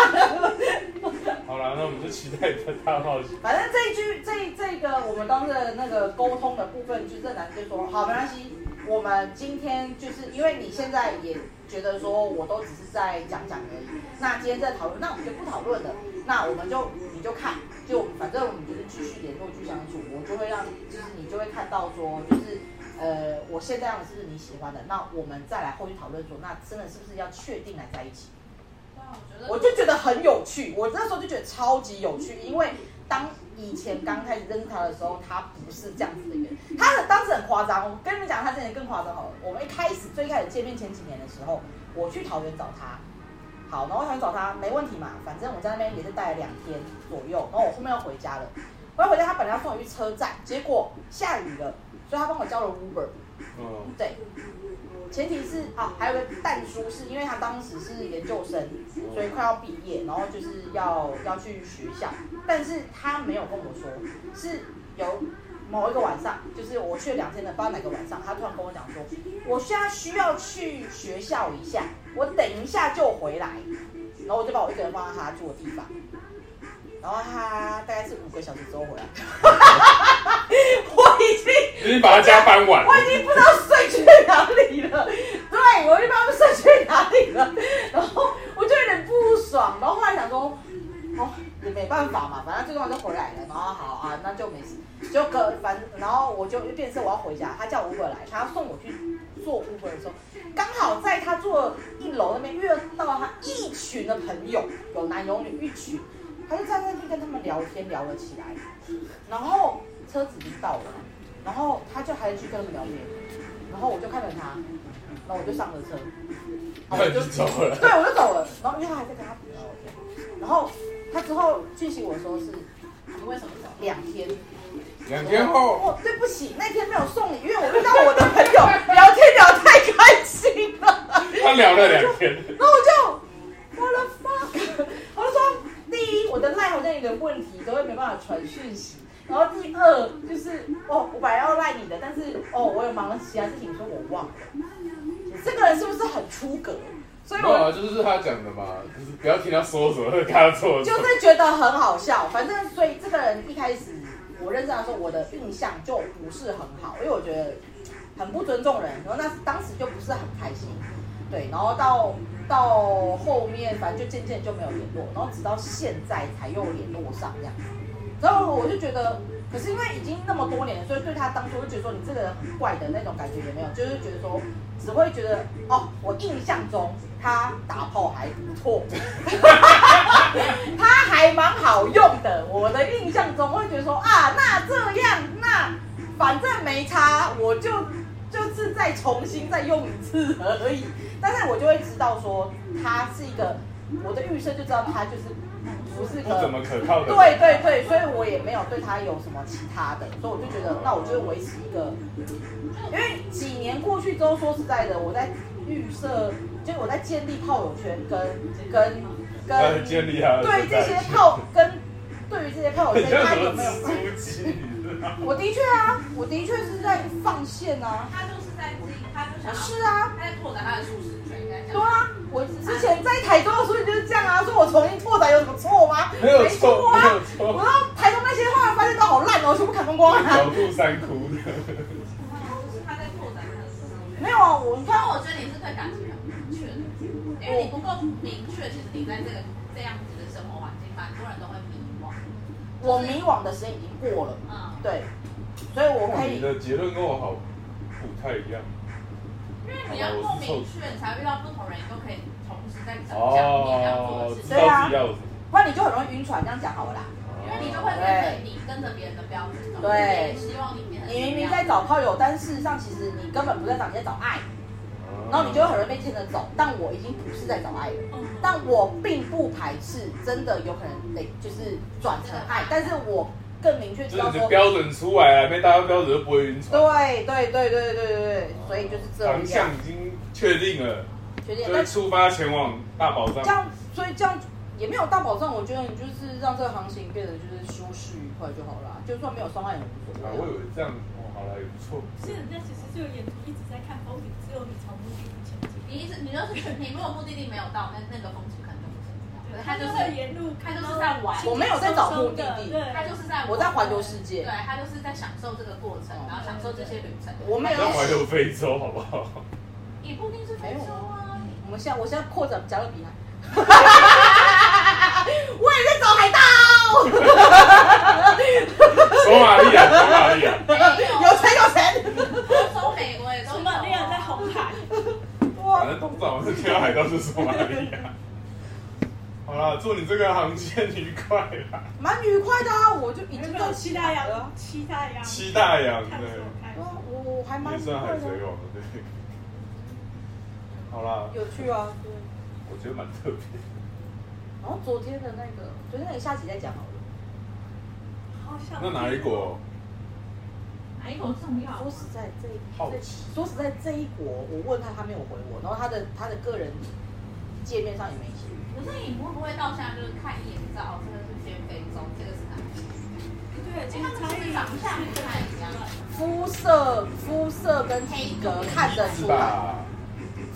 就期待着大冒险。反正这一句这这个我们当时的那个沟通的部分，就是这男生就说好没关系，我们今天就是因为你现在也觉得说我都只是在讲讲而已，那今天在讨论，那我们就不讨论了，那我们就你就看，就反正我们就是继续联络去相处，我就会让就是你就会看到说就是。呃，我现在样子是不是你喜欢的？那我们再来后续讨论说，那真的是不是要确定来在一起？我就觉得很有趣，我那时候就觉得超级有趣，因为当以前刚开始认识他的时候，他不是这样子的人，他的当时很夸张。我跟你们讲，他之前更夸张好了。我们一开始最开始见面前几年的时候，我去桃园找他，好，然后桃园找他没问题嘛，反正我在那边也是待了两天左右，然后我后面要回家了。我要回家，他本来要送我去车站，结果下雨了，所以他帮我叫了 Uber。嗯，对，前提是啊，还有个蛋叔是因为他当时是研究生，所嗯以快要毕业，然后就是要要去学校，但是他没有跟我说，是有某一个晚上，就是我去了两天的，不知道哪个晚上，他突然跟我讲说，我现在需要去学校一下，我等一下就回来，然后我就把我一个人放在他住的地方。然后他大概是五个小时之后回来， [laughs] 我已经你把他家搬完了我，已经不知道睡去哪里了。对，我就不知道睡去哪里了。然后我就有点不爽，然后后来想说，哦，也没办法嘛，反正最重要就回来了。然后好啊，那就没事，就隔反正，然后我就变成我要回家，他叫 Uber 来，他要送我去坐 Uber 的时候，刚好在他坐一楼那边遇到他一群的朋友，有男有女一群，他就站在那边跟他们聊天聊了起来。然后车子已经到了，然后他就还去跟他们聊天，然后我就看着他，然后我就上了车，然后那我就 [laughs] 就走了。对，我就走了。然后因为他还在跟他朋友聊天，然后他之后讯息我的时候是你为什么走？两天，两天后，哦，对不起，那天没有送你，因为我遇到我的朋友聊天聊太开心了，他聊了两天，然后我就我的 fuck，我就说第一，我的 line 好像有点问题，都会没办法传讯息。然后第二就是哦，我本来要赖你的，但是哦，我有忙了其他事情，所以我忘了。这个人是不是很出格？所以没我有啊，就是他讲的嘛，就是不要听他说什么，看他做什就么。是觉得很好笑。反正，所以这个人一开始我认识他的时候，我的印象就不是很好，因为我觉得很不尊重人，然后那当时就不是很开心。对，然后到到后面，反正就渐渐就没有联络，然后直到现在才又联络上这样子。然后我就觉得，可是因为已经那么多年了，所以对他当初就觉得说你这个人很怪的那种感觉也没有，就是觉得说只会觉得哦，我印象中他打炮还不错，他还蛮好用的。我的印象中会觉得说啊，那这样那反正没差，我就就是再重新再用一次而已。但是我就会知道说他是一个，我的预设就知道他就是不是不个哦怎么可靠的。对对对，所以我也没有对他有什么其他的，所以我就觉得，那我就维持一个，因为几年过去之后，说实在的，我在预设，就是我在建立炮友圈跟跟他在跟呃建立他的对存这在些感炮跟对于这些炮友 [laughs] 圈，很像他什有没么有？蜘蛛机，你知道吗？我的确啊，我的确是在放线啊，他就是在自己，他就想要是啊。他在拓展他的舒适圈，应该对讲。啊，我之前在台中的时候就是这样啊，说我重新拓展有什么错吗？没有错错，啊没有，我错。到台中那些后来发现都好烂哦，全部砍光光啊。小兔三窟的。他在拓展他的舒适没圈。有啊，我但看我我觉得你是对感情很明确的，因为你不够明确，其实你在这个这样子的生活环境，蛮多人都会迷惘。我迷惘的时间已经过了，嗯，对，所以我可你以的结论跟我好不太一样。因为你要够明确，你才遇到不同人，你都可以同时在讲你想要做的事知哦情，对啊道自己要什么。不然你就很容易晕船，这样讲好了啦。因为你就会跟着你跟着别人的标准走，也希望你变成你明明在找炮友，但事实上其实你根本不在找，你在找爱，嗯然后你就会很容易被牵着走。但我已经不是在找爱了，但我并不排斥，真的有可能得就是转成爱，但是我更明确知就是道你的说，标准出来了，没达到标准就不会晕船。对对对对对对对，所以就是这航样向，已经确定了，决定。就但是出发前往大宝这藏。样，所以这样也没有大保障。我觉得你就是让这个航行变得就是舒适愉快就好了，就算没有伤害也无啊，所我谓。以为这样，哦，好了，也不错。是人家其实就有沿途一直在看风景，只有你从目的地前进。你一直你就是你如果目的地没有到，那那个风景可能就不是这样。对他就他就是会沿路看到他就是在玩轻轻我没有在找目的地松松对，他就是在我在环游世界对他就是在享受这个过程，然后享受这些旅程。我没不有要环游非洲好不好？ [laughs] 也不一定是非洲啊，我们现在我现在扩展加勒比海， [laughs] 我也在找海 [laughs] 盗，索马利亚，索马利亚，没有，啊有钱有 [laughs] 钱，欧洲、美国也都索有啊马利亚在红海，反正东早是听到海盗是索马利亚。好了，祝你这个航线愉快啦！蛮愉快的啊，我就 [laughs] 已经有没到有西七大大洋洋了？，七大洋，七大洋探索开对啊我我还蛮也愉算快海贼的，王的对。好啦，有趣啊，对。我觉得蛮特别。然后昨天的那个，昨天那个下集再讲好了。好想那哪一国？哪一国重要？说实在这一好这奇说实在这一国，我问他，他没有回我，然后他的他的个人界面上也没写。可是你会不会到现在就是看一眼就知道，哦，这个是先非洲，这个是哪里？对，因经为他常们是长相不太一样。肤色、肤色跟体格看得是出来，吧？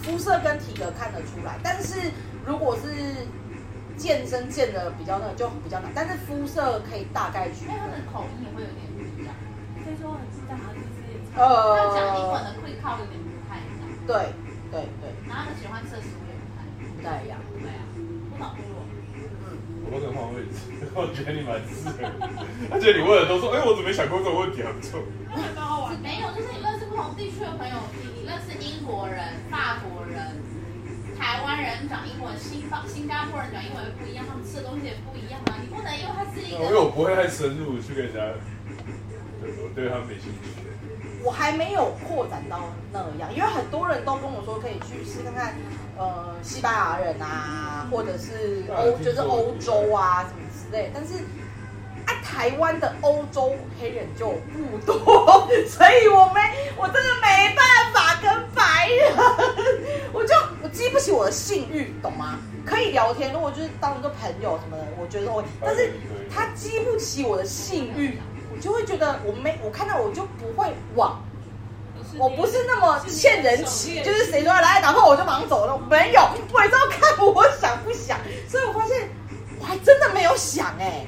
肤色跟体格看得出来。但是如果是健身健的比较那个，就比较难。但是肤色可以大概区因为他们的口音也会有点不一样，非洲很大，就是也差他们讲英文呃，的会靠有点不太一样，对对对，然后他们喜欢吃的食物也不太一样，不太一样。对啊，不脑部落。嗯我都能换位置， [laughs] 我觉得你蛮适合的。而且你问的都说，哎、我怎么没想过这个问题啊？不错那还蛮好玩。没有，就是你认识不同地区的朋友，你你认识英国人、法国人、台湾人讲英文，新方新加坡人讲英文也不一样，他们吃的东西也不一样啊。你不能因为他是一因为个，我不会太深入去跟人家，对我对他们没兴趣。我还没有扩展到那样，因为很多人都跟我说可以去试看看，呃，西班牙人啊，或者是欧就是欧洲啊什么之类，但是。啊，台湾的欧洲黑人就不多， [laughs] 所以我没，我真的没办法跟白人，我就我激不起我的性欲，懂吗？可以聊天，如果就是当一个朋友什么的，我觉得我，但是他激不起我的性欲，我就会觉得我没，我看到我就不会往，我不是那么欠人情，就是谁说要来打炮我就马上走了，没有，我也是要看我想不想，所以我发现我还真的没有想哎、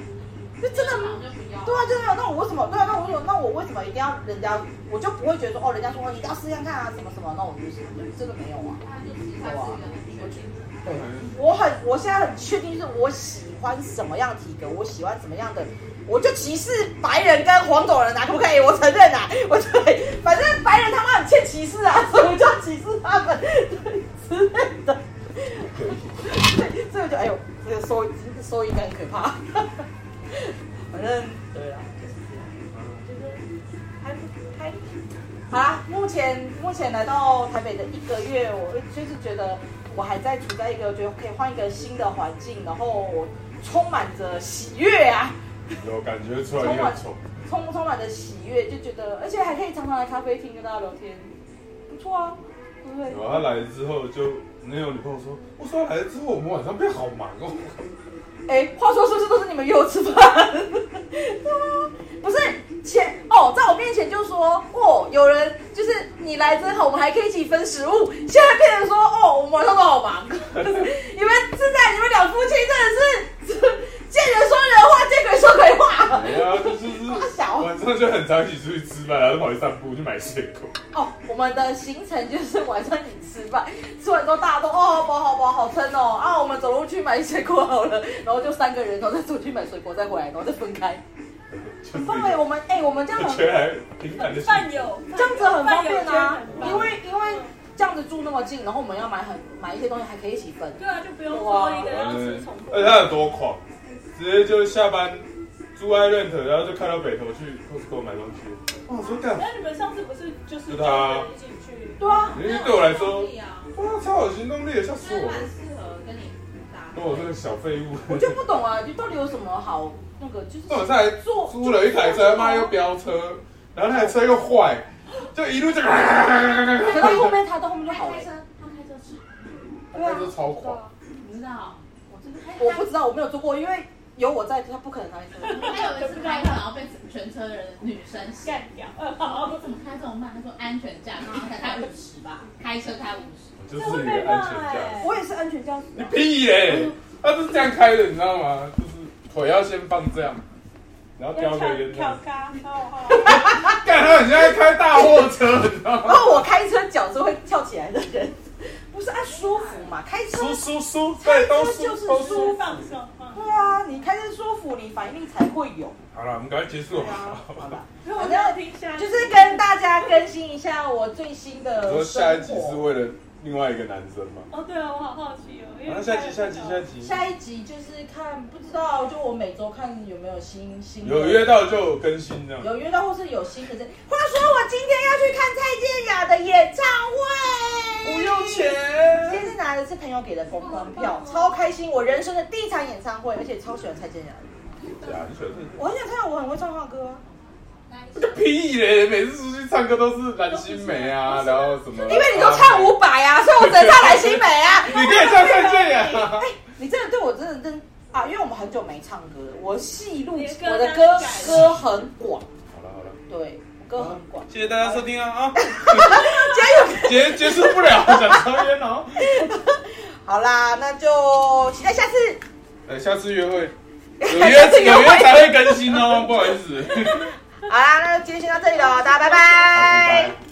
就真的。就不要。对啊，就是没有。那我为什么？对啊，那我有，那我为什么一定要人家？我就不会觉得说，哦，人家说哦你一定要试看看啊，什么什么，那我就想，就真的没有啊。他就是他是一个很确定的人。对，我很，我现在很确定，就是我喜欢什么样的体格，我喜欢什么样的，我就歧视白人跟黄种人啊，可不可以？我承认啊， [laughs] 我对，反正白人他们很欠歧视啊，所以我就要歧视他们对之类的。对， [laughs] 所以我就哎呦，这个收收应该很可怕。 [laughs] 反正对啊，就是这样。还不还好啦，目前目前来到台北的一个月，我就是觉得我还在处在一个觉得可以换一个新的环境，然后充满着喜悦啊，有感觉出来你很丑，充充满着喜悦，就觉得而且还可以常常来咖啡厅跟大家聊天，不错啊，对不对然？后他来了之后就那有女朋友说，我说他来了之后我们晚上变好忙哦。哎，话说是不是都是你们约我吃饭？对啊，不是前哦，在我面前就说哦，有人就是你来真好，我们还可以一起分食物。现在变成说哦，我们晚上都好忙。你们现在你们两夫妻真的是见人说人话，见鬼说鬼话。哎呀，就是是晚上就很常一起出去吃饭，然后跑去散步去买水果。哦，我们的行程就是晚上一起吃饭，吃完之后大家都哦好饱好饱好撑哦啊，我们走路去买水果好了，然后就三个人，然后再出去买水果，再回来，然后再分开。就很棒哎，我们哎、我们这样我很觉得还平凡的幸饭友，这样子很方便啊饭友圈很，棒因为因为这样子住那么近，然后我们要买很买一些东西还可以一起分。对啊，就不用说一个人要吃重复而且。他有多狂，直接就下班住 i r e n t 然后就开到北头去 Costco 买东西。哇，我说干，那你们上次不是就是是他一起去？对啊，因为对我来说，真哇，超有行动力的，吓死的我蛮了！适合跟你搭跟我这个小废物，我就不懂啊，就到底有什么好那个就是我这还哦租了一台车，妈又飙车，然后那台车又坏，就一路就，可到 [laughs] 后面他到后面就他好了开。车，他开车吃，那是超狂，你知道？我真的开我不知道，我没有做过，因为有我在，他不可能开车。他有一次开车，然后被全车的人女生吓干掉， [laughs] 呃到，好你，怎么开这种慢？他说安全驾驶，才开五十吧，开车开五十。哎就是一个安全驾驶。我也是安全驾驶你啊，屁嘞！他是这样开的，你知道吗？就是腿要先放这样，然后要叼个跳烟这跳样。咖，好好。干，他很像在开大货车，你知道然吗？后我开车脚是会跳起来的人，不是啊，舒服嘛，开车舒舒舒，对，都舒就是都舒舒服。放松，放松对啊，你开车舒服，你反应力才会有。好了，我们赶快结束对吧。啊，好吧，如果要听下一集，就是跟大家更新一下我最新的生活。你说下一集是为了另外一个男生吗？哦，对啊，我好好奇哦，因为啊，下一集，下一集，下一集。下一集就是看不知道，就我每周看有没有新新的有约到就有更新这样。有约到或是有新的。话说我今天要去看蔡健雅的演唱会，不用钱。今天是拿的是朋友给的风光票，超开心！我人生的第一场演唱会，而且超喜欢蔡健雅的。对啊，你喜欢这我很想看到我很会唱他的歌啊、个屁嘞！每次出去唱歌都是蓝心湄啊，然后什么？因为你都唱伍佰 [laughs] 啊，所以我只能唱蓝心湄啊。哎你可以唱蔡健雅。你真的对我真的真啊，因为我们很久没唱歌了，我戏路你的歌我的歌单改了歌很广，好了好了，对，歌很广。谢谢大家收听啊啊！今天有结结束不了，想抽烟哦。好啦，那就期待下次。呃，下次约会有约有约才会更新哦，不好意思。好啦，那就今天先到这里喽，大家拜拜拜。拜。